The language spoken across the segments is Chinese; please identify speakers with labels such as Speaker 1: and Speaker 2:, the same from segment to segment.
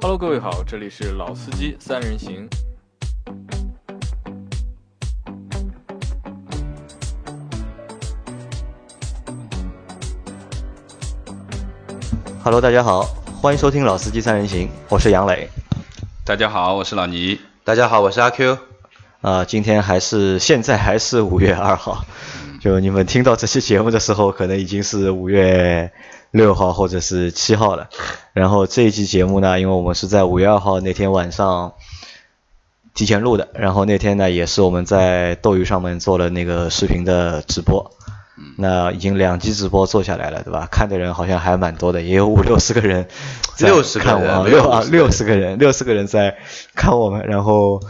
Speaker 1: Hello，各位好，这里是老司机三人行。
Speaker 2: Hello，大家好，欢迎收听《老司机三人行》，我是杨磊。
Speaker 3: 大家好，我是老倪。
Speaker 4: 大家好，我是阿 Q。
Speaker 2: 啊、今天还是现在还是五月二号，
Speaker 4: 嗯
Speaker 2: 就你们听到这期节目的时候，可能已经是五月六号或者是七号了。然后这一期节目呢，因为我们是在五月二号那天晚上提前录的，然后那天呢也是我们在斗鱼上面做了那个视频的直播。
Speaker 4: 嗯
Speaker 2: 那已经两期直播做下来了，对吧？看的人好像还蛮多的，也有五六十个人在
Speaker 4: 60
Speaker 2: 看我
Speaker 4: 个人
Speaker 2: 啊，
Speaker 4: 没有
Speaker 2: 六啊
Speaker 4: 50个人
Speaker 2: 六十个人，六十个人在看我们，然后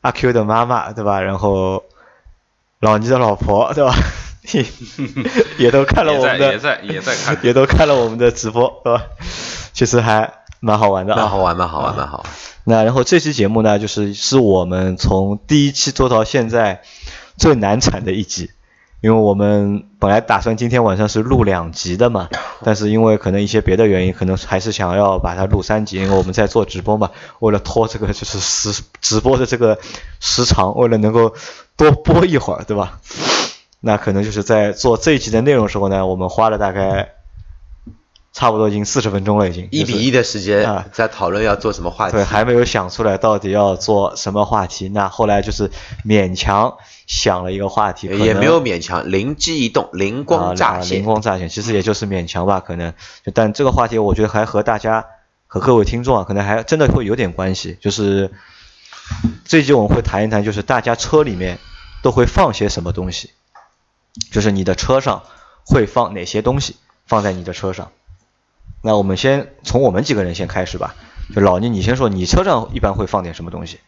Speaker 2: 阿 Q 的妈妈，对吧？然后老倪的老婆，对吧？ 也也都看了我们的，
Speaker 3: 也在也在也在 看
Speaker 2: 也都看了我们的直播，对吧？其实还蛮好玩的、啊，
Speaker 4: 蛮好玩，蛮好玩，蛮好玩。
Speaker 2: 那然后这期节目呢，就是是我们从第一期做到现在最难产的一集，因为我们本来打算今天晚上是录两集的嘛，但是因为可能一些别的原因，可能还是想要把它录三集，因为我们在做直播嘛，为了拖这个就是时直播的这个时长，为了能够多播一会儿，对吧？那可能就是在做这一集的内容时候呢，我们花了大概差不多已经四十分钟了，已经
Speaker 4: 一
Speaker 2: 就是
Speaker 4: 比一的时
Speaker 2: 啊
Speaker 4: 间在讨论要做什么话题
Speaker 2: 对，，还没有想出来到底要做什么话题。那后来就是勉强想了一个话题，可能
Speaker 4: 也没有勉强，灵机一动，灵光
Speaker 2: 啊
Speaker 4: 乍
Speaker 2: 灵
Speaker 4: 现。
Speaker 2: 光乍现，其实也就是勉强吧，可能。就但这个话题，我觉得还和大家和各位听众啊，可能还真的会有点关系。就是这一集我们会谈一谈，就是大家车里面都会放些什么东西，就是你的车上会放哪些东西放在你的车上。那我们先从我们几个人先开始吧。就老倪，你先说，你车上一般会放点什么东西？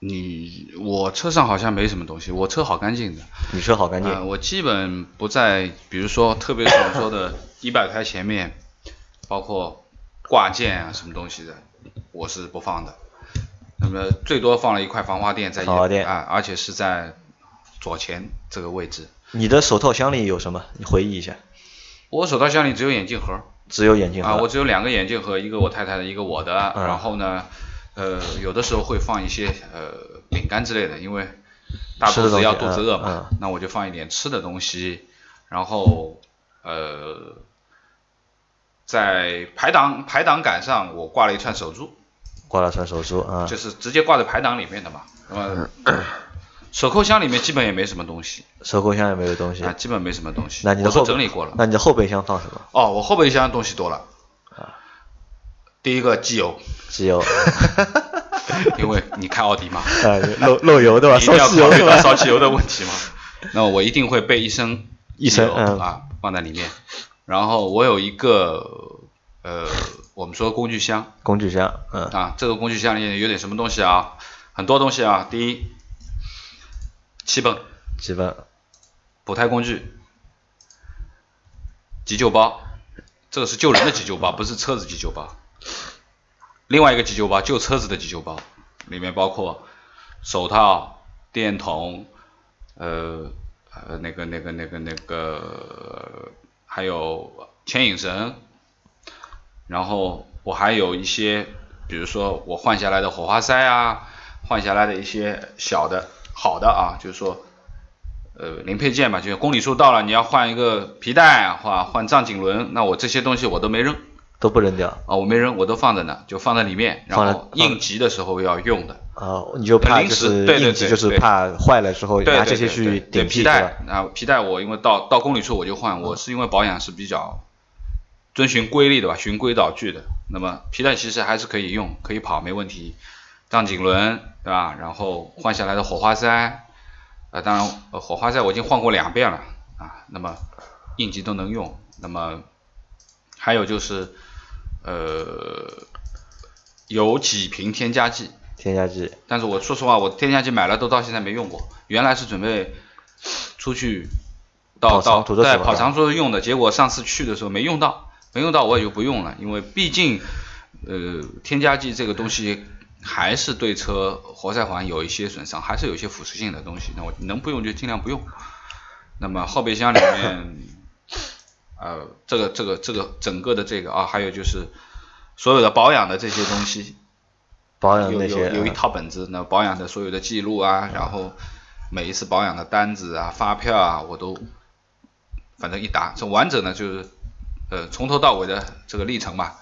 Speaker 3: 你我车上好像没什么东西，我车好干净的。
Speaker 2: 你车好干净，
Speaker 3: 呃我基本不在，比如说特别常 说的仪表台前面，包括挂件啊什么东西的，我是不放的。那么最多放了一块防滑垫在
Speaker 2: 防滑垫
Speaker 3: 啊，而且是在左前这个位置。
Speaker 2: 你的手套箱里有什么？你回忆一下，
Speaker 3: 我手套箱里只有眼镜盒，
Speaker 2: 只有眼镜盒。
Speaker 3: 啊，我只有两个眼镜盒，一个我太太的，一个我的。啊
Speaker 2: 嗯
Speaker 3: 然后呢，呃，有的时候会放一些呃饼干之类的，因为大
Speaker 2: 吃
Speaker 3: 肚
Speaker 2: 的东
Speaker 3: 子
Speaker 2: 西
Speaker 3: 要肚子饿嘛，
Speaker 2: 嗯
Speaker 3: 那我就放一点吃的东西。然后呃，在排档排档杆上，我挂了一串手珠，
Speaker 2: 挂了串手珠啊
Speaker 3: 就，是直接挂在排档里面的嘛。那
Speaker 2: 嗯
Speaker 3: 么手扣箱里面基本也没什么东西
Speaker 2: 手扣箱也没有东西
Speaker 3: 啊，。基本没什么东西。
Speaker 2: 那你的
Speaker 3: 我
Speaker 2: 后
Speaker 3: 都整理过了。
Speaker 2: 那你的后备箱放什么？
Speaker 3: 哦，我后备箱东西多了。
Speaker 2: 啊
Speaker 3: 第一个机油，
Speaker 2: 机 油，
Speaker 3: 因为你开奥迪嘛，
Speaker 2: 呃，漏漏油对吧？
Speaker 3: 你 一
Speaker 2: 烧
Speaker 3: 定要
Speaker 2: 汽
Speaker 3: 考
Speaker 2: 油
Speaker 3: 虑
Speaker 2: 对
Speaker 3: 到
Speaker 2: 吧？
Speaker 3: 烧汽油的问题嘛。那我一定会备一升
Speaker 2: 一升
Speaker 3: 汽油
Speaker 2: 嗯
Speaker 3: 啊放在里面，然后我有一个呃，我们说工具箱
Speaker 2: 工具箱，嗯，
Speaker 3: 啊，这个工具箱里有点什么东西啊？很多东西啊，第一，气泵、
Speaker 2: 基本
Speaker 3: 补胎工具、急救包，这个是救人的急救包，不是车子急救包。另外一个急救包，救车子的急救包，里面包括手套、电筒，呃呃那个那个那个那个，还有牵引绳，然后我还有一些，比如说我换下来的火花塞啊，换下来的一些小的好的啊，就是说呃零配件吧，就是公里数到了，你要换一个皮带啊，换换藏景轮，那我这些东西我都没扔
Speaker 2: 都不扔掉
Speaker 3: 啊，我没扔，我都放着呢，就放在里面，然
Speaker 2: 放在
Speaker 3: 后应急的时候要用的。
Speaker 2: 啊，你就怕就
Speaker 3: 临时
Speaker 2: 是
Speaker 3: 对对
Speaker 2: 应急，
Speaker 3: 对
Speaker 2: 就是
Speaker 3: 对
Speaker 2: 怕坏了之后
Speaker 3: 对
Speaker 2: 拿
Speaker 3: 对
Speaker 2: 这些
Speaker 3: 对
Speaker 2: 去
Speaker 3: 对对
Speaker 2: 顶替，
Speaker 3: 皮
Speaker 2: 对
Speaker 3: 带
Speaker 2: 吧？嗯
Speaker 3: 啊，皮带我因为到到公里处我就换，我是因为保养是比较遵循规律的吧，循规蹈矩的。那么皮带其实还是可以用，可以跑没问题。张景轮对吧？然后换下来的火花塞，呃，当然、呃火花塞我已经换过两遍了啊。那么应急都能用。那么还有就是呃有几瓶添加剂，
Speaker 2: 添加剂，
Speaker 3: 但是我说实话，我添加剂买了都到现在没用过。原来是准备出去到
Speaker 2: 跑长
Speaker 3: 到
Speaker 2: 途的时
Speaker 3: 对
Speaker 2: 候
Speaker 3: 跑
Speaker 2: 是吧
Speaker 3: 长途用的，结果上次去的时候没用到，没用到我也就不用了，因为毕竟呃添加剂这个东西还是对车活塞环有一些损伤，还是有一些腐蚀性的东西。那我能不用就尽量不用。那么后备箱里面，呃，这个这个这个整个的这个啊，还有就是所有的保养的这些东西，
Speaker 2: 保养
Speaker 3: 有
Speaker 2: 那些
Speaker 3: 有有一
Speaker 2: 嗯
Speaker 3: 套本子，那保养的所有的记录啊，然后每一次保养的单子啊、发票啊，我都反正一打，这完整的就是呃从头到尾的这个历程吧。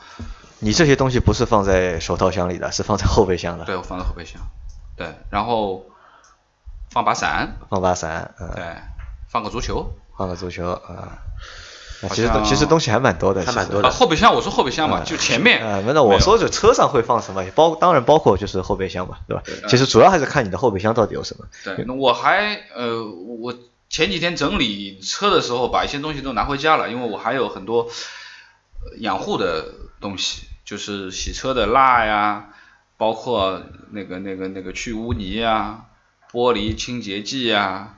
Speaker 2: 你这些东西不是放在手套箱里的，是放在后备箱的，
Speaker 3: 对，我放在后备箱。对，然后放把伞，
Speaker 2: 放把伞，嗯，
Speaker 3: 对，放个足球。
Speaker 2: 放个足球，啊、那
Speaker 3: 好
Speaker 2: 其实东
Speaker 3: 像
Speaker 2: 其实东西还蛮多的，
Speaker 4: 还
Speaker 2: 其实
Speaker 4: 蛮多的
Speaker 3: 啊，后备箱我说后备箱嘛，
Speaker 2: 嗯
Speaker 3: 就前面。
Speaker 2: 啊，那我说就车上会放什么，包当然包括就是后备箱嘛，对吧？
Speaker 3: 对
Speaker 2: 其实主要还是看你的后备箱到底有什么。
Speaker 3: 对，那我还呃，我前几天整理车的时候，把一些东西都拿回家了，因为我还有很多呃养护的东西，就是洗车的蜡呀，包括那个那个那个去污泥呀，玻璃清洁剂呀，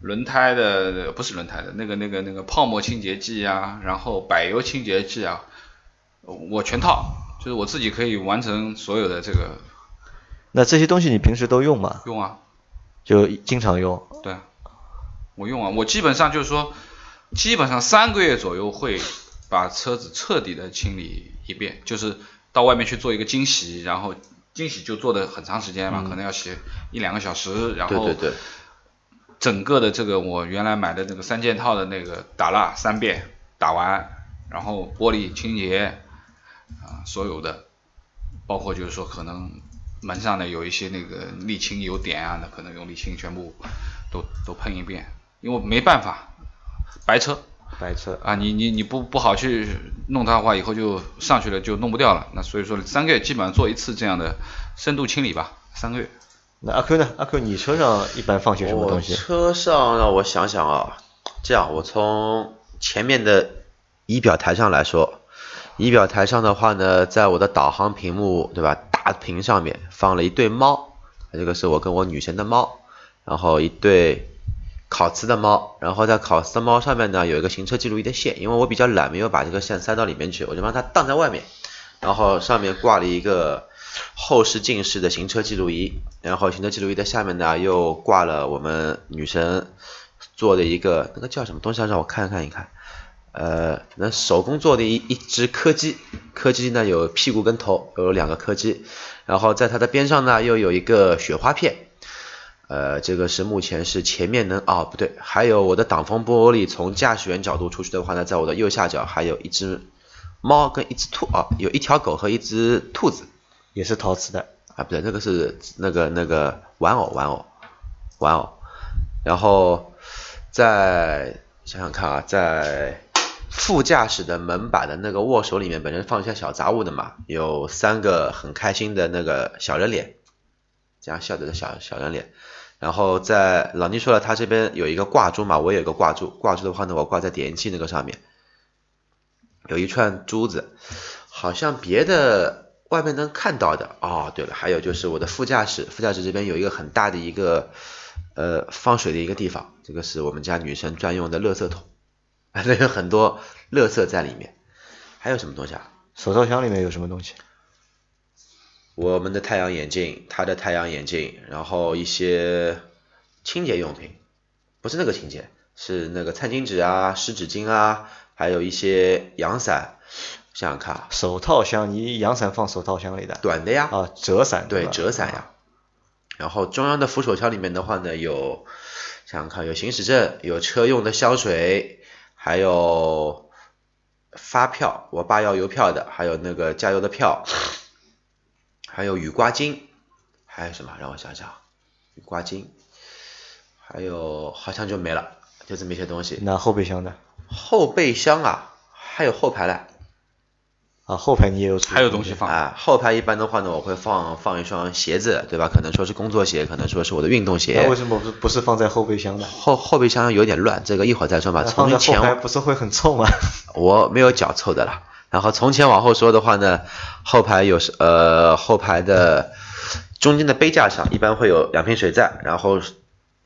Speaker 3: 轮胎的不是轮胎的那个那个那个泡沫清洁剂呀，然后柏油清洁剂啊，我全套，就是我自己可以完成所有的这个
Speaker 2: 那这些东西你平时都用吗？
Speaker 3: 用啊。
Speaker 2: 就经常用，
Speaker 4: 哦
Speaker 3: 对啊，我用啊，我基本上就是说，基本上三个月左右会把车子彻底的清理一遍，就是到外面去做一个清洗，然后清洗就做的很长时间嘛，可能要洗一两个小时，然
Speaker 4: 嗯对
Speaker 3: 后
Speaker 4: 对对，
Speaker 3: 整个的这个我原来买的那个三件套的那个打蜡三遍打完，然后玻璃清洁啊、所有的，包括就是说可能门上的有一些那个沥青有点啊，那可能用沥青全部都都喷一遍，因为没办法，白车
Speaker 2: 白车。
Speaker 3: 啊，你你你不不好去弄它的话，以后就上去了就弄不掉了。那所以说三个月基本上做一次这样的深度清理吧，三个月。
Speaker 2: 那阿 Q 呢？阿 Q，你车上一般放些什么
Speaker 4: 我
Speaker 2: 东西？
Speaker 4: 车上让我想想啊，这样我从前面的仪表台上来说，仪表台上的话呢，在我的导航屏幕对吧，大屏上面放了一对猫，这个是我跟我女神的猫，然后一对烤瓷的猫，然后在烤瓷的猫上面呢有一个行车记录仪的线，因为我比较懒，没有把这个线塞到里面去，我就让它荡在外面，然后上面挂了一个后视镜式的行车记录仪，然后行车记录仪的下面呢又挂了我们女神做的一个那个叫什么东西啊，让我看看一看。呃，那手工做的一一只柯基，柯基呢有屁股跟头，有两个柯基，然后在它的边上呢又有一个雪花片，呃，这个是目前是前面能哦不对，还有我的挡风玻璃从驾驶员角度出去的话呢，在我的右下角还有一只猫跟一只兔啊、有一条狗和一只兔子
Speaker 2: 也是陶瓷的。
Speaker 4: 啊，不对，那个是那个那个玩偶玩偶玩偶，然后在想想看啊，在副驾驶的门把的那个握手里面，本身放一些小杂物的嘛，有三个很开心的那个小人脸，这样笑着的小小人脸。然后在老倪说了，他这边有一个挂珠嘛，我也有一个挂珠，挂珠的话呢，我挂在点烟器那个上面，有一串珠子，好像别的外面能看到的。哦，对了，还有就是我的副驾驶，副驾驶这边有一个很大的一个呃放水的一个地方，这个是我们家女生专用的垃圾桶， 那有很多垃圾在里面。还有什么东西啊？
Speaker 2: 手套箱里面有什么东西？
Speaker 4: 我们的太阳眼镜，他的太阳眼镜，然后一些清洁用品，不是那个清洁，是那个餐巾纸啊、湿纸巾啊，还有一些阳伞。想想看啊，
Speaker 2: 手套箱，你阳伞放手套箱里的
Speaker 4: 短的呀，
Speaker 2: 啊，折伞
Speaker 4: 对，
Speaker 2: 吧
Speaker 4: 折伞呀。然后中央的扶手箱里面的话呢，有想想看，有行驶证，有车用的香水，还有发票，我爸要邮票的，还有那个加油的票，还有雨刮巾，还有什么？让我想想，雨刮巾，还有好像就没了，就这么一些东西。
Speaker 2: 那后备箱的
Speaker 4: 后备箱啊，还有后排嘞。
Speaker 2: 啊，后排你也有储物空间。
Speaker 3: 还有东西放
Speaker 4: 啊，后排一般的话呢，我会放放一双鞋子，对吧？可能说是工作鞋，可能说是我的运动
Speaker 2: 那为
Speaker 4: 鞋。
Speaker 2: 什么不是不是放在后备箱的？
Speaker 4: 后后备箱有点乱，这个一会儿再说吧。
Speaker 2: 那放
Speaker 4: 从
Speaker 2: 在后排
Speaker 4: 前
Speaker 2: 不是会很臭 吗？
Speaker 4: 我没有脚臭的啦。然后从前往后说的话呢，后排有时呃后排的中间的杯架上一般会有两瓶水在，然后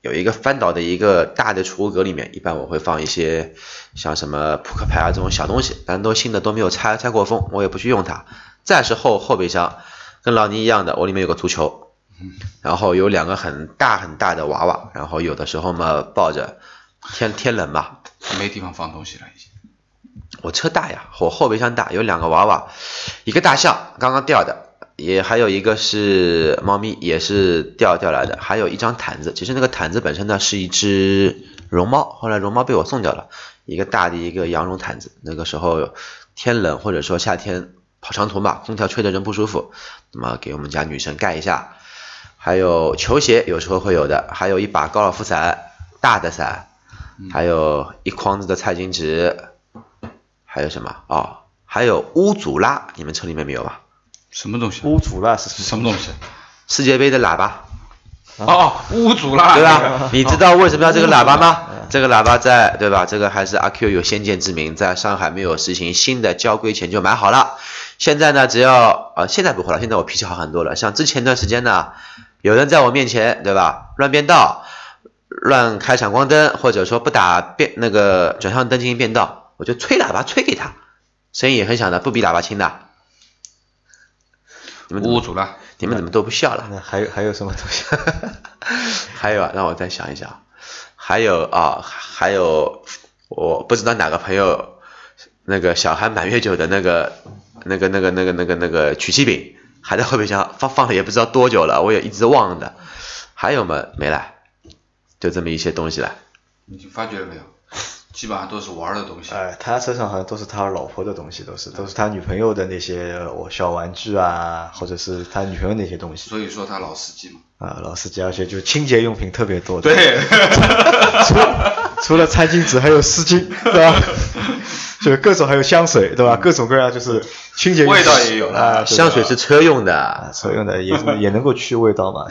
Speaker 4: 有一个翻倒的一个大的储物格里面，一般我会放一些像什么扑克牌啊这种小东西，但都新的都没有拆拆过封，我也不去用它。再是后后备箱，跟老倪一样的，我里面有个足球，然后有两个很大很大的娃娃，然后有的时候嘛抱着，天天冷嘛，
Speaker 3: 没地方放东西了，已经。
Speaker 4: 我车大呀，我后备箱大，有两个娃娃，一个大象刚刚掉的，也还有一个是猫咪，也是掉掉来的，还有一张毯子。其实那个毯子本身呢是一只绒猫，后来绒猫被我送掉了，一个大的一个羊绒毯子。那个时候天冷或者说夏天跑长途嘛，空调吹的人不舒服，那么给我们家女神盖一下。还有球鞋，有时候会有的，还有一把高尔夫伞，大的伞，还有一筐子的菜巾纸，还有什么？哦，还有乌祖拉，你们车里面没有吧？
Speaker 3: 什么东西？
Speaker 2: 乌祖拉是
Speaker 3: 是
Speaker 2: 什
Speaker 3: 什么东西？
Speaker 4: 世界杯的喇叭，
Speaker 3: 哦，屋主啦，
Speaker 4: 对啊 吧？你知道为什么要这个喇叭吗？这个喇叭在对吧？这个还是阿 Q 有先见之明，在上海没有实行新的交规前就买好了。现在呢，只要呃现在不会了，现在我脾气好很多了。像之前段时间呢，有人在我面前对吧乱变道、乱开闪光灯，或者说不打变那个转向灯进行变道，我就吹喇叭吹给他，声音也很响的，不比喇叭轻的。你们怎
Speaker 3: 屋
Speaker 4: 么
Speaker 3: 主啦，
Speaker 4: 你们怎么都不笑了？
Speaker 2: 那还有还有什么东西？
Speaker 4: 还有啊，让我再想一想，还有啊，还有我不知道哪个朋友那个小孩满月酒的那个那个那个那个那个那个曲奇饼还在后备箱放放了也不知道多久了，我也一直忘的。还有吗？没了，就这么一些东西了。
Speaker 3: 你发觉了没有？基本上都是玩儿的东西。
Speaker 2: 呃，他车上好像都是他老婆的东西，都是都是他女朋友的那些我小玩具啊，或者是他女朋友那些东西
Speaker 3: 所以说他老司机嘛。
Speaker 2: 啊、老司机，而且就清洁用品特别多。，
Speaker 3: 对，
Speaker 2: 除除了餐巾纸，还有湿巾，对 吧？就各种还有香水，对吧？各种各样就是清洁用
Speaker 3: 味
Speaker 2: 品
Speaker 3: 道也有
Speaker 2: 啊，对的
Speaker 4: 香水是车用的，
Speaker 2: 啊，所用的也是也能够去味道嘛，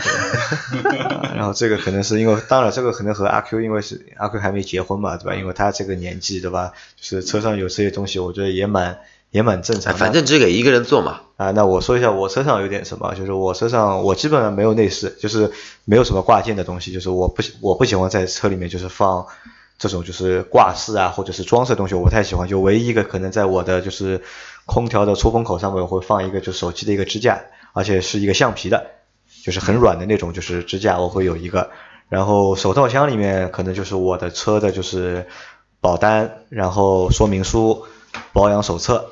Speaker 2: 对吧？啊然后这个可能是因为，当然这个可能和阿 Q 因为是阿 Q 还没结婚嘛，对吧？因为他这个年纪，对吧？就是车上有这些东西，我觉得也蛮也蛮正常的。
Speaker 4: 反正只给一个人做嘛。
Speaker 2: 啊，那我说一下我车上有点什么，就是我车上我基本上没有内饰，就是没有什么挂件的东西，就是我不喜我不喜欢在车里面就是放这种就是挂饰啊或者是装饰的东西，我不太喜欢。就唯一一个可能在我的就是空调的出风口上面我会放一个就是手机的一个支架，而且是一个橡皮的，就是很软的那种就是支架，我会有一个。然后手套箱里面可能就是我的车的就是保单，然后说明书、保养手册。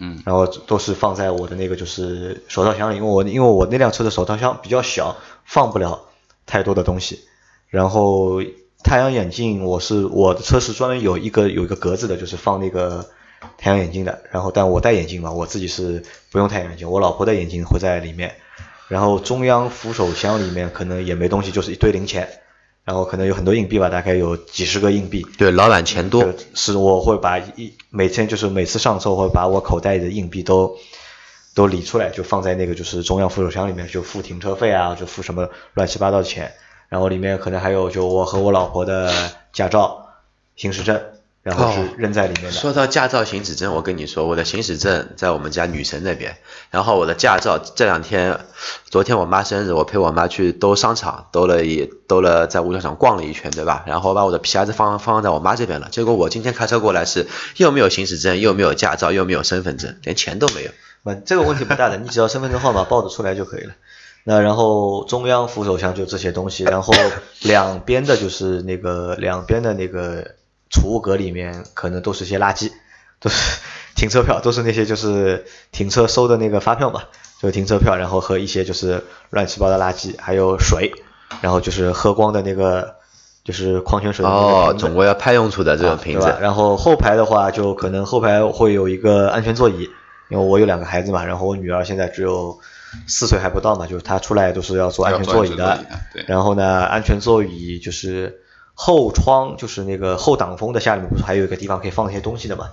Speaker 3: 嗯，
Speaker 2: 然后都是放在我的那个就是手套箱里，因为我因为我那辆车的手套箱比较小，放不了太多的东西。然后太阳眼镜，我是我的车是专门有一个有一个格子的，就是放那个太阳眼镜的。然后但我戴眼镜嘛，我自己是不用太阳眼镜，我老婆的眼镜会在里面。然后中央扶手箱里面可能也没东西，就是一堆零钱，然后可能有很多硬币吧，大概有几十个硬币。
Speaker 4: 对，老板钱多
Speaker 2: 对，是我会把一每天就是每次上车，我会把我口袋里的硬币都都理出来，就放在那个就是中央扶手箱里面，就付停车费啊，就付什么乱七八糟的钱。然后里面可能还有就我和我老婆的驾照、行驶证，然后
Speaker 4: 哦
Speaker 2: 是扔在里面的。
Speaker 4: 说到驾照、行驶证，我跟你说，我的行驶证在我们家女神那边，然后我的驾照这两天，昨天我妈生日，我陪我妈去兜商场，兜了一兜了在无聊场逛了一圈，对吧？然后我把我的皮夹子放放在我妈这边了，结果我今天开车过来是又没有行驶证，又没有驾照，又没有身份证，连钱都没有。
Speaker 2: 那这个问题不大的，你只要身份证号码报得出来就可以了。那然后中央扶手箱就这些东西，然后两边的就是那个两边的那个储物格里面可能都是些垃圾，都是停车票，都是那些就是停车收的那个发票嘛，就是停车票，然后和一些就是乱七八糟的垃圾，还有水，然后就是喝光的那个就是矿泉水的那个
Speaker 4: 哦
Speaker 2: 瓶，子
Speaker 4: 总归要派用处的这种
Speaker 2: 啊
Speaker 4: 瓶
Speaker 2: 对
Speaker 4: 子
Speaker 2: 吧。然后后排的话，就可能后排会有一个安全座椅，因为我有两个孩子嘛，然后我女儿现在只有四岁还不到嘛，就是她出来都是要坐安全座椅
Speaker 3: 要坐
Speaker 2: 的
Speaker 3: 安全座椅的对。
Speaker 2: 然后呢，安全座椅就是后窗，就是那个后挡风的下面不是还有一个地方可以放一些东西的嘛？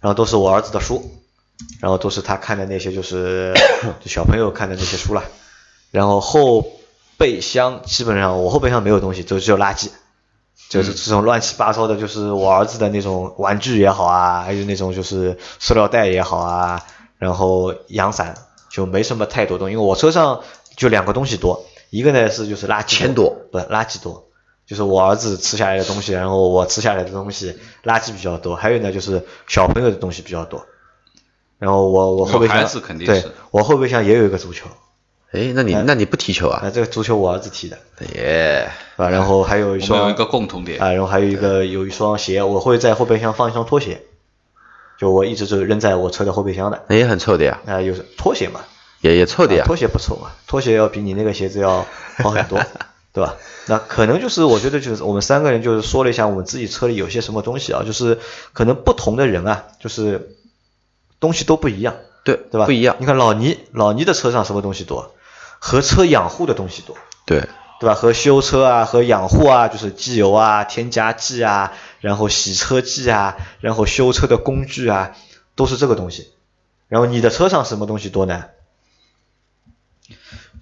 Speaker 2: 然后都是我儿子的书，然后都是他看的那些就是 就小朋友看的那些书啦。然后后备箱基本上我后备箱没有东西，就只有垃圾。
Speaker 3: 嗯
Speaker 2: 就是这种乱七八糟的，就是我儿子的那种玩具也好啊，还有那种就是塑料袋也好啊，然后阳伞就没什么太多东西，因为我车上就两个东西多，一个呢是就是垃圾
Speaker 4: 钱多，
Speaker 2: 不垃圾多，就是我儿子吃下来的东西，然后我吃下来的东西垃圾比较多，还有呢就是小朋友的东西比较多，然后我我后备箱
Speaker 3: 有孩子肯定
Speaker 2: 对
Speaker 3: 是
Speaker 2: 我后备箱也有一个足球，
Speaker 4: 哎，那你那你不踢球啊？哎
Speaker 2: 啊这个足球我儿子踢的，
Speaker 4: 耶，
Speaker 2: 是吧？然后还有
Speaker 3: 我
Speaker 2: 一
Speaker 3: 们
Speaker 2: 双哎
Speaker 3: 有一个共同点，
Speaker 2: 啊，然后还有一个有一双鞋，我会在后备箱放一双拖鞋，就我一直是扔在我车的后备箱的。
Speaker 4: 那也很臭的呀，
Speaker 2: 啊，有拖鞋嘛，
Speaker 4: 也也臭的呀
Speaker 2: 啊。拖鞋不臭嘛，拖鞋要比你那个鞋子要好很多，对吧？那可能就是我觉得就是我们三个人就是说了一下我们自己车里有些什么东西啊，就是可能不同的人啊，就是东西都不一样，
Speaker 4: 对
Speaker 2: 对吧？
Speaker 4: 不一样。
Speaker 2: 你看老倪，老倪的车上什么东西多？和车养护的东西多，
Speaker 4: 对，
Speaker 2: 对吧？和修车啊，和养护啊，就是机油啊、添加剂啊，然后洗车剂啊，然后修车的工具啊，都是这个东西。然后你的车上什么东西多呢？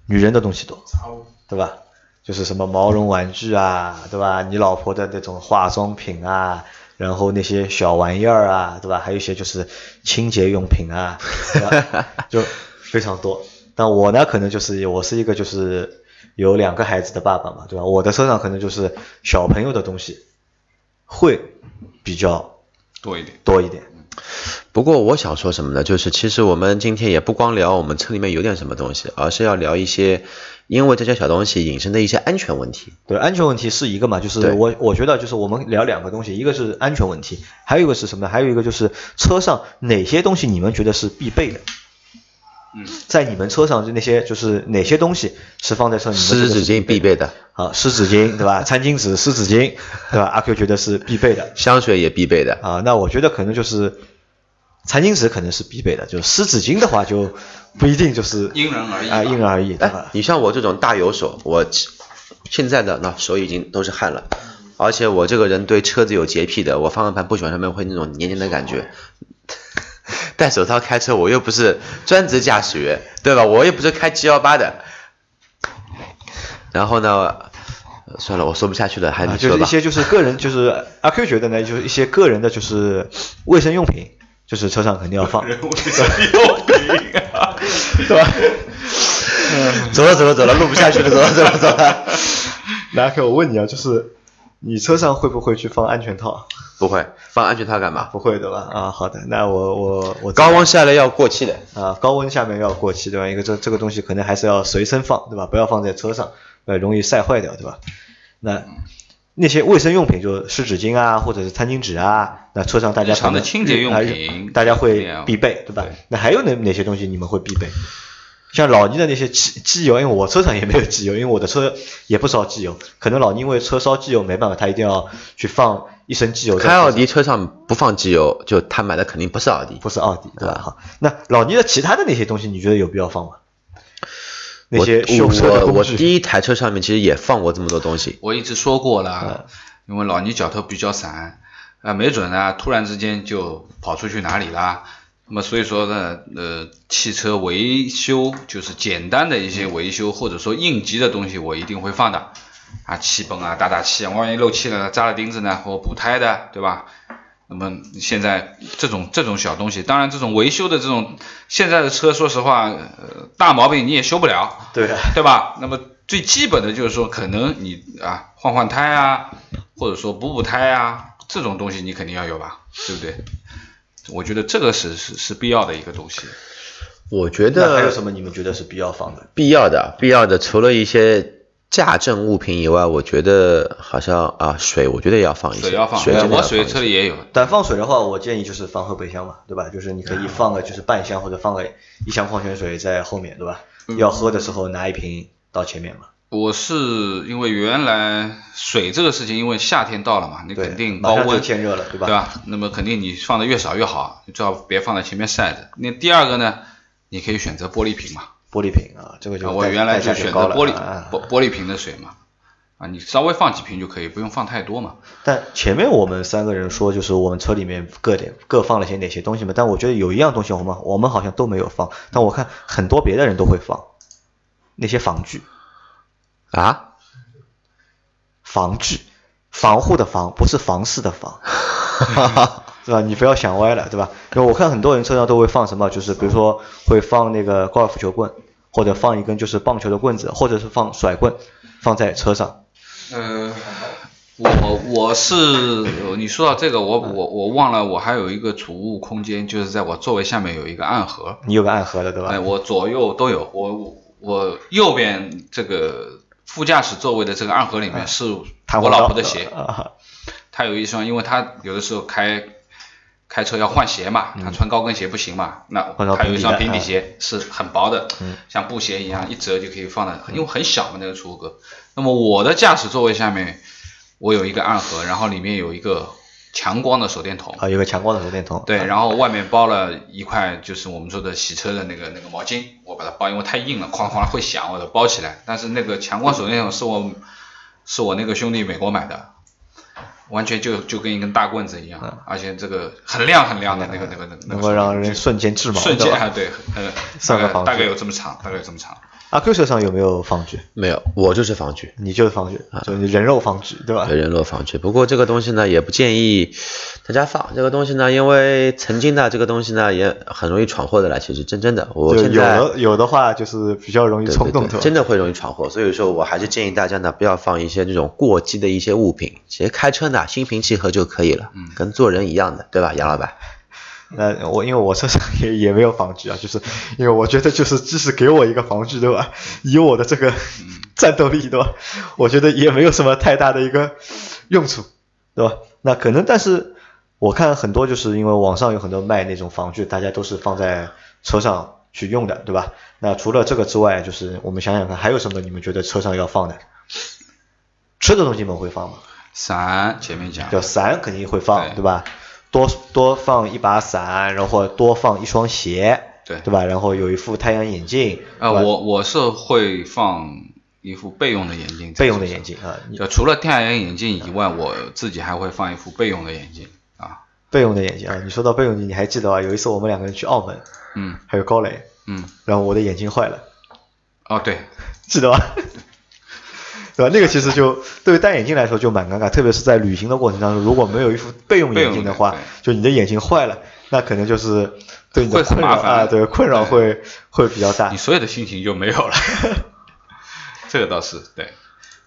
Speaker 2: 女人的东西多，对吧？就是什么毛绒玩具啊，对吧？你老婆的那种化妆品啊，然后那些小玩意儿啊，对吧？还有一些就是清洁用品啊，对吧就非常多。但我呢，可能就是我是一个就是有两个孩子的爸爸嘛，对吧？我的车上可能就是小朋友的东西会比较
Speaker 3: 多一点。
Speaker 2: 多一点。
Speaker 4: 不过我想说什么呢？就是其实我们今天也不光聊我们车里面有点什么东西，而是要聊一些因为这些小东西引申的一些安全问题。
Speaker 2: 对，安全问题是一个嘛，就是
Speaker 4: 对
Speaker 2: 我我觉得就是我们聊两个东西，一个是安全问题，还有一个是什么呢？还有一个就是车上哪些东西你们觉得是必备的？
Speaker 3: 嗯，
Speaker 2: 在你们车上就那些就是哪些东西是放在车里面
Speaker 4: 湿纸巾必备的，
Speaker 2: 啊，湿纸巾对吧？餐巾纸、湿纸巾对吧？阿 Q 觉得是必备的
Speaker 4: 香水也必备的。
Speaker 2: 啊，那我觉得可能就是餐巾纸可能是必备的，就是湿纸巾的话就不一定就是
Speaker 3: 因人而异
Speaker 2: 啊，
Speaker 3: 吧
Speaker 2: 因人而异对吧？
Speaker 4: 哎你像我这种大油手，我其现在的那手已经都是汗了，而且我这个人对车子有洁癖的，我方向盘不喜欢上面会那种黏黏的感觉。 戴手套开车，我又不是专职驾驶员，对吧？我又不是开 G 幺八的。然后呢，呃算了，我说不下去了，还是
Speaker 2: 啊，
Speaker 4: 你
Speaker 2: 就
Speaker 4: 说
Speaker 2: 是一
Speaker 4: 吧。
Speaker 2: 些就是个人，就是阿 Q 觉得呢，就是一些个人的，就是卫生用品，就是车上肯定要放，
Speaker 3: 人为什么有病啊？
Speaker 2: 对吧？
Speaker 4: 走了走了走了，录不下去了，走了走了走了。
Speaker 2: 那阿 Q，我问你啊，就是你车上会不会去放安全套？
Speaker 4: 不会，放安全套干嘛？
Speaker 2: 不会的吧？啊，好的，那我我我
Speaker 4: 高温下来要过气的。
Speaker 2: 啊，高温下面要过期，对吧？一个这这个东西可能还是要随身放，对吧？不要放在车上，呃，容易晒坏掉，对吧？那那些卫生用品，就是湿纸巾啊，或者是餐巾纸啊，那车上大家
Speaker 3: 日常的
Speaker 2: 可能
Speaker 3: 清洁用
Speaker 2: 啊
Speaker 3: 品
Speaker 2: 大家会
Speaker 3: 这样
Speaker 2: 必备，对吧
Speaker 3: 对？
Speaker 2: 那还有哪哪些东西你们会必备？像老倪的那些机机油，因为我车上也没有机油，因为我的车也不烧机油。可能老倪因为车烧机油没办法，他一定要去放一升机油在车
Speaker 4: 开
Speaker 2: 上。
Speaker 4: 奥迪车上不放机油，就他买的肯定不是奥迪。
Speaker 2: 不是奥迪，对吧？
Speaker 4: 嗯
Speaker 2: 好，那老倪的其他的那些东西，你觉得有必要放吗？那
Speaker 4: 我
Speaker 2: 些修车的
Speaker 4: 我
Speaker 2: 工
Speaker 4: 我
Speaker 2: 具，
Speaker 4: 第一台车上面其实也放过这么多东西，
Speaker 3: 我一直说过了，啊因为老倪脚头比较散，啊，没准呢，突然之间就跑出去哪里啦。那么所以说呢，呃，汽车维修就是简单的一些维修，或者说应急的东西，我一定会放的。啊，气泵啊，打打气啊，万一漏气了，扎了钉子呢，或补胎的，对吧？那么现在这种这种小东西，当然这种维修的这种现在的车，说实话，呃，大毛病你也修不了，
Speaker 2: 对 的，
Speaker 3: 对吧？那么最基本的就是说，可能你啊换换胎啊，或者说补补胎啊，这种东西你肯定要有吧，对不对？我觉得这个是是是必要的一个东西。
Speaker 4: 我觉
Speaker 2: 那还有
Speaker 4: 得
Speaker 2: 什么你们觉得是必要放的？
Speaker 4: 必要的必要的，除了一些价证物品以外，我觉得好像啊水，我觉得也要放一些，
Speaker 3: 水要放，哎
Speaker 4: 水真的
Speaker 3: 我
Speaker 4: 要
Speaker 3: 水
Speaker 4: 放一
Speaker 3: 车
Speaker 4: 些
Speaker 3: 里也有，
Speaker 2: 但放水的话，我建议就是放后备箱嘛，对吧？就是你可以放个就是半箱或者放个一箱矿泉水在后面，对吧？
Speaker 3: 嗯
Speaker 2: 要喝的时候拿一瓶到前面嘛。
Speaker 3: 我是因为原来水这个事情，因为夏天到了嘛，你
Speaker 2: 对
Speaker 3: 肯定
Speaker 2: 马
Speaker 3: 高
Speaker 2: 上就
Speaker 3: 温
Speaker 2: 天热了对
Speaker 3: 对
Speaker 2: 吧
Speaker 3: 那么肯定你放的越少越好，你最好别放在前面晒着。那第二个呢，你可以选择玻璃瓶嘛，
Speaker 2: 玻璃瓶啊，这个就
Speaker 3: 啊，我
Speaker 2: 代
Speaker 3: 原来
Speaker 2: 代价
Speaker 3: 就选择
Speaker 2: 高了
Speaker 3: 玻璃
Speaker 2: 啊
Speaker 3: 玻玻璃瓶的水嘛，啊，你稍微放几瓶就可以，不用放太多嘛。
Speaker 2: 但前面我们三个人说，就是我们车里面各点各放了些哪些东西嘛。但我觉得有一样东西我们我们好像都没有放，但我看很多别的人都会放，那些防具，
Speaker 4: 啊，
Speaker 2: 防具，防护的防，不是房事的 房，是吧？你不要想歪了，对吧？因为我看很多人车上都会放什么，就是比如说会放那个高尔夫球棍，或者放一根就是棒球的棍子，或者是放甩棍，放在车上。
Speaker 3: 呃，我我是你说到这个，我
Speaker 2: 嗯
Speaker 3: 我我忘了，我还有一个储物空间，就是在我座位下面有一个暗盒，
Speaker 2: 你有个暗盒的，对吧？
Speaker 3: 哎，我左右都有，我我我右边这个副驾驶座位的这个暗盒里面是
Speaker 2: 嗯弹
Speaker 3: 我
Speaker 2: 簧刀
Speaker 3: 老婆的鞋，
Speaker 2: 啊，
Speaker 3: 她有一双，因为她有的时候开开车要换鞋嘛，他穿高跟鞋不行嘛，那
Speaker 2: 嗯换到
Speaker 3: 还有
Speaker 2: 平
Speaker 3: 一
Speaker 2: 底
Speaker 3: 双
Speaker 2: 的
Speaker 3: 平底
Speaker 2: 嗯
Speaker 3: 鞋是很薄的，像布鞋一样，一折就可以放在，
Speaker 2: 嗯
Speaker 3: 因为很小嘛那个储物格。那么我的驾驶座位下面，我有一个暗盒，然后里面有一个强光的手电筒，
Speaker 2: 啊，有个强光的手电筒，
Speaker 3: 对，然后外面包了一块就是我们说的洗车的那个那个毛巾，我把它包，因为太硬了，哐哐会响，我就包起来。但是那个强光手电筒是我是我那个兄弟美国买的，完全就就跟一根大棍子一样，而且这个很亮很亮的那个那个那个那
Speaker 2: 嗯能
Speaker 3: 个
Speaker 2: 够
Speaker 3: 手
Speaker 2: 让
Speaker 3: 电
Speaker 2: 人
Speaker 3: 就
Speaker 2: 瞬间致盲，
Speaker 3: 瞬
Speaker 2: 对
Speaker 3: 间
Speaker 2: 吧
Speaker 3: 啊对，呃，大
Speaker 2: 算个
Speaker 3: 概
Speaker 2: 防
Speaker 3: 大概
Speaker 2: 具
Speaker 3: 有这么长，大概有这么长。
Speaker 2: 阿 Q 车上有没有防具？
Speaker 4: 没有，我就是防具。
Speaker 2: 你就是防具，就是人肉防具，对吧？
Speaker 4: 啊对人肉防具。不过这个东西呢，也不建议大家放。这个东西呢，因为曾经呢，这个东西呢也很容易闯祸的啦。其实真真的，我
Speaker 2: 就
Speaker 4: 现
Speaker 2: 有
Speaker 4: 在
Speaker 2: 的有的话就是比较容易
Speaker 4: 对
Speaker 2: 冲
Speaker 4: 对
Speaker 2: 动，
Speaker 4: 对，
Speaker 2: 吧
Speaker 4: 真的会容易闯祸。所以说我还是建议大家呢，不要放一些这种过激的一些物品。其实开车呢，心平气和就可以了，跟做人一样的，对吧，杨老板？
Speaker 2: 那我因为我车上也也没有防具啊，就是因为我觉得就是即使给我一个防具对吧，以我的这个战斗力对吧，我觉得也没有什么太大的一个用处，对吧？那可能但是我看很多就是因为网上有很多卖那种防具，大家都是放在车上去用的，对吧？那除了这个之外，就是我们想想看还有什么你们觉得车上要放的？吃的东西你们会放吗？
Speaker 3: 伞前面讲，
Speaker 2: 就伞肯定会放，
Speaker 3: 对
Speaker 2: 对吧？多多放一把伞，然后多放一双鞋，
Speaker 3: 对
Speaker 2: 对吧？然后有一副太阳眼镜，
Speaker 3: 啊，
Speaker 2: 对吧
Speaker 3: 我我是会放一副备用的眼镜，
Speaker 2: 备用的眼。镜啊，你
Speaker 3: 就除了太阳眼镜以外，我自己还会放一副备用的眼镜啊。
Speaker 2: 备用的眼镜啊。你说到备用眼镜，你还记得啊？有一次我们两个人去澳门，
Speaker 3: 嗯
Speaker 2: 还有高磊，
Speaker 3: 嗯，
Speaker 2: 然后我的眼镜坏了，
Speaker 3: 哦对，
Speaker 2: 记得吧？ 对吧？那个其实就对于戴眼镜来说就蛮尴尬，特别是在旅行的过程当中，如果没有一副备用眼镜的话
Speaker 3: 备用的，
Speaker 2: 就你的眼镜坏了，那可能就是对你的
Speaker 3: 会很
Speaker 2: 困扰
Speaker 3: 麻烦
Speaker 2: 啊，对困扰会会比较大
Speaker 3: 你。所有的心情就没有了。 这个倒是对，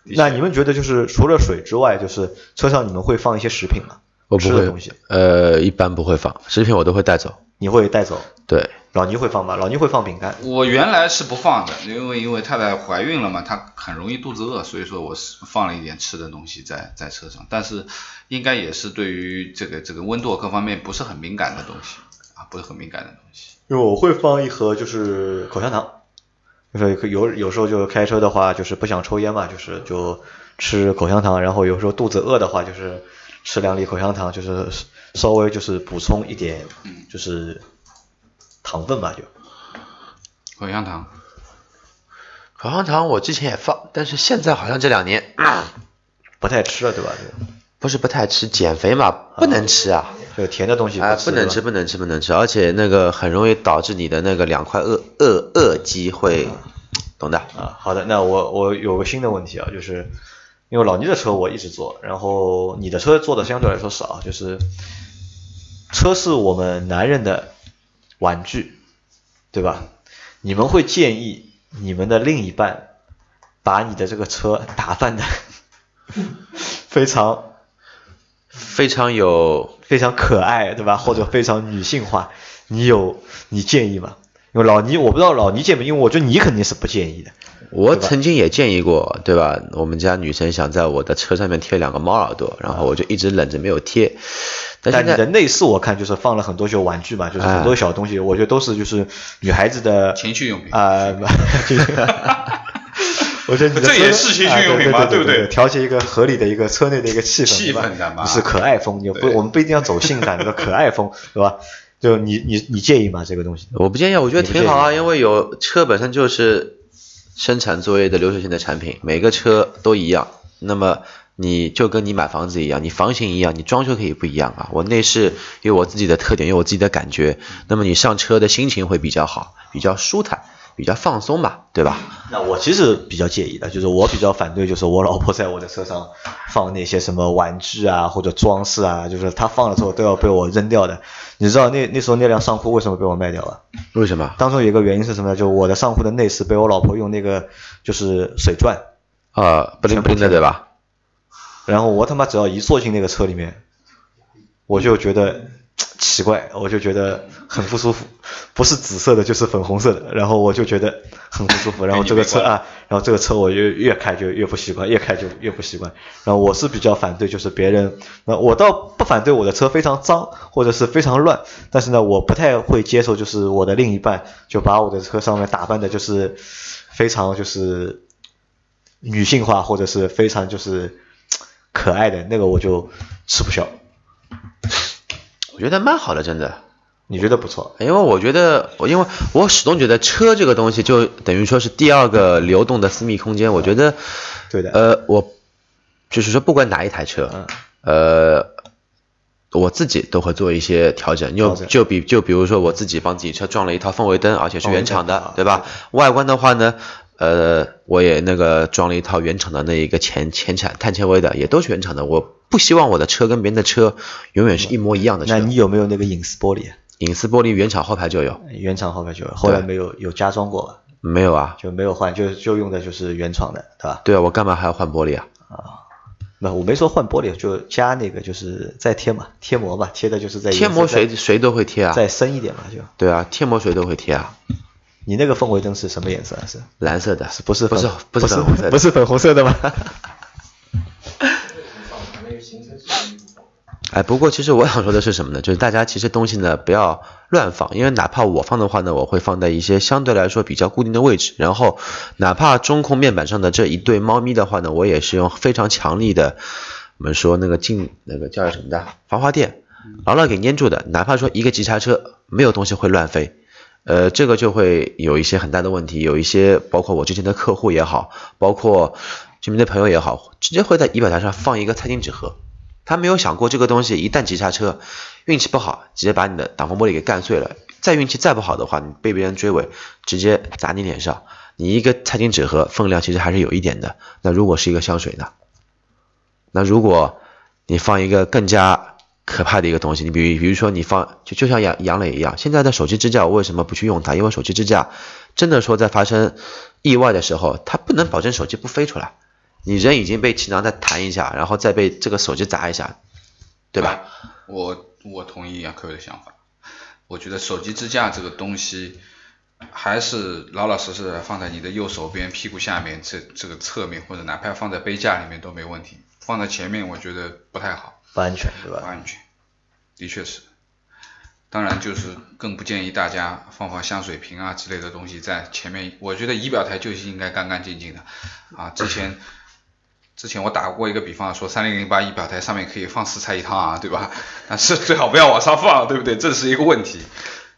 Speaker 3: 的确
Speaker 2: 那你们觉得就是除了水之外，就是车上你们会放一些食品吗？
Speaker 4: 我不
Speaker 2: 吃的
Speaker 4: 会
Speaker 2: 东西，
Speaker 4: 呃，一般不会放，食品我都会带走。
Speaker 2: 你会带走？
Speaker 4: 对，
Speaker 2: 老倪会放吗？老倪会放饼干。
Speaker 3: 我原来是不放的，因为因为太太怀孕了嘛，她很容易肚子饿，所以说我是放了一点吃的东西在在车上，但是应该也是对于这个这个温度各方面不是很敏感的东西啊，不是很敏感的东西。
Speaker 2: 因为我会放一盒就是口香糖，就是有有时候就开车的话，就是不想抽烟嘛，就是就吃口香糖，然后有时候肚子饿的话，就是吃两粒口香糖，就是稍微就是补充一点就是糖分吧，就
Speaker 3: 口香糖，
Speaker 4: 口香糖我之前也放，但是现在好像这两年
Speaker 2: 不太吃了，对吧？
Speaker 4: 不是不太吃，减肥嘛，不能吃啊。
Speaker 2: 就就甜的东西
Speaker 4: 哎，
Speaker 2: 吃，
Speaker 4: 不能吃，
Speaker 2: 对吧
Speaker 4: 不能吃，不能吃，而且那个很容易导致你的那个两块饿饿饿肌会，懂的。
Speaker 2: 啊，好的，那我我有个新的问题啊，就是因为老倪的车我一直坐，然后你的车坐的相对来说少，啊就是车是我们男人的玩具，对吧？你们会建议你们的另一半把你的这个车打扮的 非常
Speaker 4: 非常有，
Speaker 2: 非常可爱，对吧？或者非常女性化，你有你建议吗？因为老倪我不知道老倪建不，因为我觉得你肯定是不建议的。
Speaker 4: 我曾经也建议过，对吧？我们家女生想在我的车上面贴两个猫耳朵，然后我就一直忍着没有贴。
Speaker 2: 但
Speaker 4: 但现
Speaker 2: 你的
Speaker 4: 在哎
Speaker 2: 内饰我看就是放了很多就玩具嘛，就是很多小东西，我觉得都是就是女孩子的
Speaker 3: 情趣用品
Speaker 2: 啊， 不就是我觉得你的
Speaker 3: 这也
Speaker 2: 车
Speaker 3: 是情趣
Speaker 2: 啊
Speaker 3: 用品
Speaker 2: 对
Speaker 3: 嘛
Speaker 2: 对
Speaker 3: 对不对
Speaker 2: 对？调节一个合理的一个车内的一个气氛，
Speaker 3: 气
Speaker 2: 对吧
Speaker 3: 氛感嘛
Speaker 2: 就是可爱风，也不
Speaker 3: 对
Speaker 2: 我们不一定要走性感的可爱风，对吧？就你你你介意吗？这个东西？
Speaker 4: 我不建议，我觉得挺好啊，因为有车本身就是生产作业的流水线的产品，每个车都一样。那么你就跟你买房子一样，你房型一样，你装修可以不一样啊。我内饰有我自己的特点，有我自己的感觉。那么你上车的心情会比较好，比较舒坦，比较放松嘛，对吧？
Speaker 2: 那我其实比较介意的，就是我比较反对，就是我老婆在我的车上放那些什么玩具啊或者装饰啊，就是她放了之后都要被我扔掉的。你知道那那时候那辆上酷为什么被我卖掉了？
Speaker 4: 为什么？
Speaker 2: 当中有一个原因是什么呢？就我的上户的内饰被我老婆用那个就是水钻，
Speaker 4: 呃，不灵不灵的对吧？
Speaker 2: 然后我他妈只要一坐进那个车里面，我就觉得嘖奇怪，我就觉得很不舒服，不是紫色的就是粉红色的，然后我就觉得很不舒服，然后这个车啊，然后这个车我就越开就越不习惯，越开就越不习惯。然后我是比较反对，就是别人，那我倒不反对我的车非常脏或者是非常乱，但是呢，我不太会接受，就是我的另一半就把我的车上面打扮的就是非常就是女性化或者是非常就是可爱的那个我就吃不消。
Speaker 4: 我觉得蛮好的，真的。
Speaker 2: 你觉得不错？
Speaker 4: 因为我觉得，我因为我始终觉得车这个东西就等于说是第二个流动的私密空间。我觉得，
Speaker 2: 对的
Speaker 4: 呃，我就是说，不管哪一台
Speaker 2: 嗯
Speaker 4: 车，呃，我自己都会做一些调整。就
Speaker 2: 调整
Speaker 4: 就比就比如说，我自己帮自己车装了一套氛围灯，而且是原厂
Speaker 2: 哦
Speaker 4: 的
Speaker 2: 啊，
Speaker 4: 对吧？外观的话呢，呃，我也那个装了一套原厂的那一个前前产碳纤维的，也都是原厂的。我不希望我的车跟别人的车永远是一模一样的车
Speaker 2: 那。你有没有那个隐私玻璃啊？
Speaker 4: 隐私玻璃原厂后排就有。
Speaker 2: 原厂后面就有，后来没有有加装过吧？
Speaker 4: 没有啊，
Speaker 2: 就没有换，就就用的就是原厂的，对吧？
Speaker 4: 对啊，我干嘛还要换玻璃啊？
Speaker 2: 那我没说换玻璃，就加那个就是再贴嘛，贴膜嘛，贴的就是在
Speaker 4: 贴膜谁
Speaker 2: 再
Speaker 4: 谁都会贴啊，
Speaker 2: 再深一点嘛，就
Speaker 4: 对啊，贴膜谁都会贴啊，
Speaker 2: 你那个氛围灯是什么颜色啊？是
Speaker 4: 蓝色的，
Speaker 2: 不是
Speaker 4: 不
Speaker 2: 粉
Speaker 4: 是
Speaker 2: 不
Speaker 4: 是粉红色的，
Speaker 2: 不是粉红色的吗？
Speaker 4: 哎，不过其实我想说的是什么呢？就是大家其实东西呢不要乱放，因为哪怕我放的话呢，我会放在一些相对来说比较固定的位置。然后，哪怕中控面板上的这一对猫咪的话呢，我也是用非常强力的，我们说那个进那个叫什么的防滑垫，牢牢给粘住的。哪怕说一个急刹车，没有东西会乱飞。呃，这个就会有一些很大的问题，有一些包括我之前的客户也好，包括身边的朋友也好，直接会在仪表台上放一个餐巾纸盒。他没有想过这个东西一旦急刹车，运气不好，直接把你的挡风玻璃给干碎了。再运气再不好的话，你被别人追尾，直接砸你脸上。你一个餐巾纸盒分量其实还是有一点的。那如果是一个香水呢？那如果你放一个更加可怕的一个东西，你比如比如说你放就就像杨杨磊一样，现在的手机支架我为什么不去用它？因为手机支架真的说在发生意外的时候，它不能保证手机不飞出来。你人已经被气囊再弹一下，然后再被这个手机砸一下，对吧？
Speaker 3: 我我同意杨科的想法，我觉得手机支架这个东西，还是老老实实的放在你的右手边屁股下面这这个侧面，或者哪怕放在杯架里面都没问题，放在前面我觉得不太好。
Speaker 2: 不安全，对
Speaker 3: 不
Speaker 2: 吧？
Speaker 3: 安全，的确是。当然，就是更不建议大家放放香水瓶啊之类的东西在前面。我觉得仪表台就是应该干干净净的啊。之前之前我打过一个比方，说三零零八仪表台上面可以放四菜一汤啊，对吧？但是最好不要往上放，对不对？这是一个问题。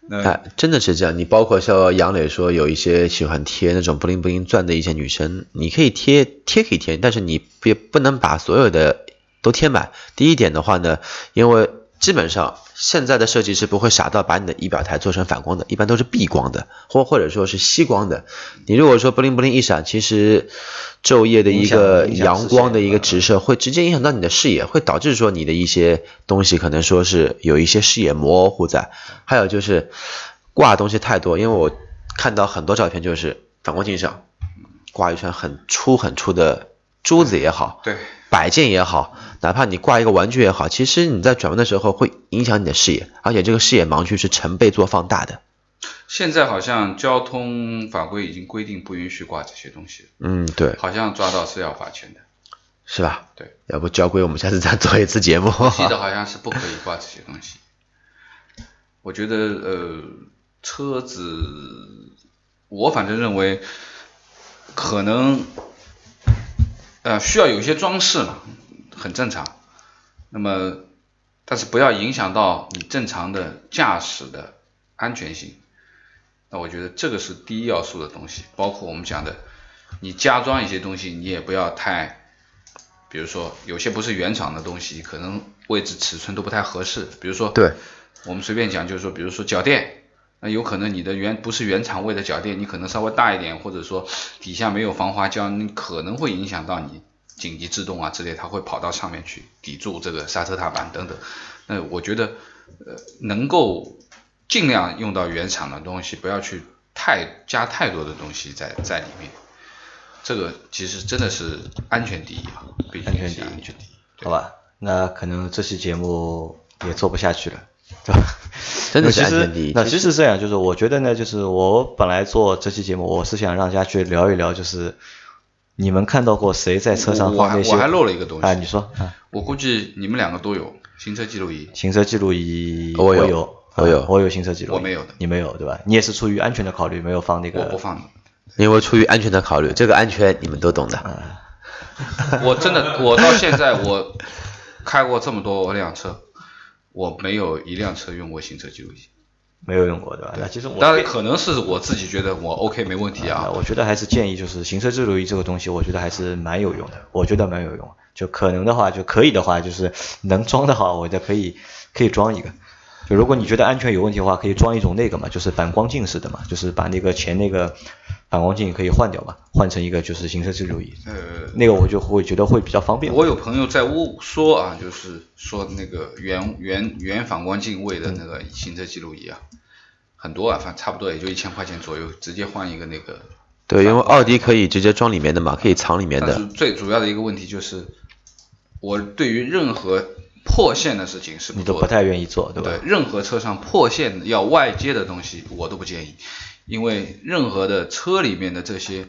Speaker 3: 那
Speaker 4: 哎，真的是这样。你包括像杨磊说，有一些喜欢贴那种不灵不灵钻的一些女生，你可以贴贴可以贴，但是你别不能把所有的都贴满。第一点的话呢，因为基本上现在的设计师不会傻到把你的仪表台做成反光的，一般都是避光的，或或者说是吸光的。你如果说不灵不灵一闪，其实昼夜的一个
Speaker 2: 影响影响视
Speaker 4: 阳
Speaker 2: 线
Speaker 4: 光的一个
Speaker 2: 嗯
Speaker 4: 直射会直接影响到你的视野，会导致说你的一些东西可能说是有一些视野模糊在。还有就是挂的东西太多，因为我看到很多照片就是反光镜上挂一圈很粗很粗的珠子也好，
Speaker 3: 对，
Speaker 4: 摆件也好，哪怕你挂一个玩具也好，其实你在转弯的时候会影响你的视野，而且这个视野盲区是成倍做放大的。
Speaker 3: 现在好像交通法规已经规定不允许挂这些东西了，
Speaker 4: 嗯，对，
Speaker 3: 好像抓到是要罚钱的。
Speaker 4: 是吧？
Speaker 3: 对，
Speaker 4: 要不交规我们下次再做一次节目。
Speaker 3: 记得好像是不可以挂这些东西。我觉得呃，车子，我反正认为可能呃需要有一些装饰嘛，很正常。那么，但是不要影响到你正常的驾驶的安全性。那我觉得这个是第一要素的东西，包括我们讲的，你加装一些东西，你也不要太比如说有些不是原厂的东西，可能位置尺寸都不太合适。比如说，
Speaker 4: 对，
Speaker 3: 我们随便讲，就是说，比如说脚垫，那有可能你的原不是原厂位的脚垫，你可能稍微大一点，或者说底下没有防滑胶，你可能会影响到你紧急制动啊之类，它会跑到上面去抵住这个刹车踏板等等。那我觉得，呃，能够尽量用到原厂的东西，不要去太加太多的东西在在里面。这个其实真的是安全第一啊，毕竟
Speaker 2: 安全
Speaker 3: 是
Speaker 2: 第一
Speaker 3: 安全第一。
Speaker 2: 好吧，那可能这期节目也做不下去了，
Speaker 4: 对吧？真的是
Speaker 2: 其
Speaker 4: 安
Speaker 2: 实
Speaker 4: 全第一。
Speaker 2: 那其实是这样，就是我觉得呢，就是我本来做这期节目，我是想让大家去聊一聊，就是你们看到过谁在车上
Speaker 3: 我我
Speaker 2: 放
Speaker 3: 还
Speaker 2: 那些
Speaker 3: 我还漏了一个东西
Speaker 2: 啊？你说啊，
Speaker 3: 我估计你们两个都有行车记录仪，
Speaker 2: 行车记录仪
Speaker 3: 哦
Speaker 4: 我有
Speaker 2: 有，
Speaker 4: 我有
Speaker 2: 啊我有行车记录仪，
Speaker 3: 我没有的
Speaker 2: 你没有对吧？你也是出于安全的考虑，没有放那
Speaker 3: 我
Speaker 2: 个
Speaker 3: 不放的。
Speaker 4: 因为出于安全的考虑，这个安全你们都懂的。
Speaker 3: 我真 的，我到现在我开过这么多辆车，我没有一辆车用过行车记录仪。
Speaker 2: 没有用过对吧？那其实我
Speaker 3: 当然
Speaker 2: 并
Speaker 3: 可能是我自己觉得我 OK 没问题
Speaker 2: 啊
Speaker 3: 啊，
Speaker 2: 我觉得还是建议就是行车记录仪这个东西，我觉得还是蛮有用的，我觉得蛮有用。就可能的话，就可以的话，就是能装的话，我觉得可以可以装一个。就如果你觉得安全有问题的话，可以装一种那个嘛，就是反光镜式的嘛，就是把那个前那个反光镜可以换掉嘛，换成一个就是行车记录仪。
Speaker 3: 呃，
Speaker 2: 那个我就会觉得会比较方便。
Speaker 3: 我有朋友在问说啊，就是说那个原原原反光镜位的那个行车记录仪啊，很多啊，反正差不多也就一千块钱左右，直接换一个那个。
Speaker 4: 对，因为奥迪可以直接装里面的嘛，可以藏里面
Speaker 3: 但啊是
Speaker 4: 的。
Speaker 3: 最主要的一个问题就是，我对于任何破线的事情是不
Speaker 2: 你都
Speaker 3: 做
Speaker 2: 不
Speaker 3: 的。
Speaker 2: 太愿意做，对吧？
Speaker 3: 对，任何车上破线要外接的东西，我都不建议，因为任何的车里面的这些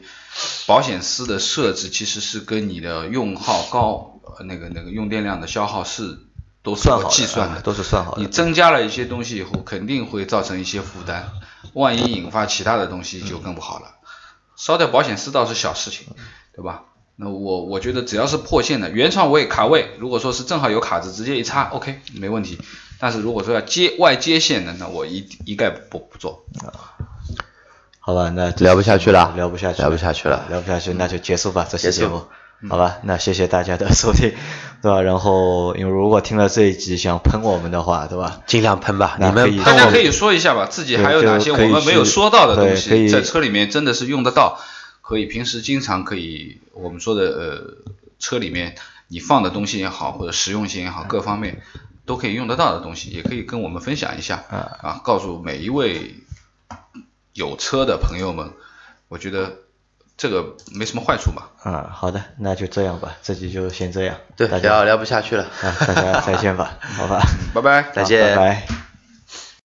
Speaker 3: 保险丝的设置，其实是跟你的用耗高、呃那个那个用电量的消耗是都是
Speaker 2: 算
Speaker 3: 有
Speaker 2: 好的
Speaker 3: 计算
Speaker 2: 啊都是算好的
Speaker 3: 你增加了一些东西以后，肯定会造成一些负担，万一引发其他的东西就更不好了。烧掉保险丝倒是小事
Speaker 2: 嗯
Speaker 3: 情，对吧？那我我觉得只要是破线的，原创位卡位，如果说是正好有卡子，直接一插，OK，没问题。但是如果说要接外接线的，那我一一概不不做。
Speaker 2: 好吧，那这期
Speaker 4: 聊不下去了
Speaker 2: 聊不下去，
Speaker 4: 聊不下去了嗯
Speaker 2: 聊不下去，那就结束吧，这期节
Speaker 4: 结嗯
Speaker 2: 目，好吧，那谢谢大家的收听， 对吧？然后，因为如果听了这一集想喷我们的话，对吧？
Speaker 4: 尽量喷吧，你
Speaker 2: 那可
Speaker 4: 们
Speaker 2: 以
Speaker 4: 喷
Speaker 3: 大
Speaker 4: 我
Speaker 3: 家
Speaker 4: 们
Speaker 3: 可以说一下吧，自己
Speaker 2: 对
Speaker 3: 还有哪
Speaker 2: 就
Speaker 3: 些我
Speaker 2: 可以
Speaker 3: 们没有
Speaker 2: 去
Speaker 3: 说到的
Speaker 2: 对
Speaker 3: 东
Speaker 2: 可
Speaker 3: 西，
Speaker 2: 以
Speaker 3: 在车里面真的是用得到，可以平时经常可以我们说的呃，车里面你放的东西也好，或者实用性也好，各方面都可以用得到的东西，也可以跟我们分享一下啊，告诉每一位有车的朋友们，我觉得这个没什么坏处嘛。
Speaker 2: 啊、好的，那就这样吧，这集就先这样，
Speaker 4: 对
Speaker 2: 大
Speaker 4: 聊
Speaker 2: 家啊
Speaker 4: 聊不下去了。
Speaker 2: 啊，大家再见吧，好吧，
Speaker 3: 拜拜。
Speaker 4: 再见
Speaker 2: 好拜拜。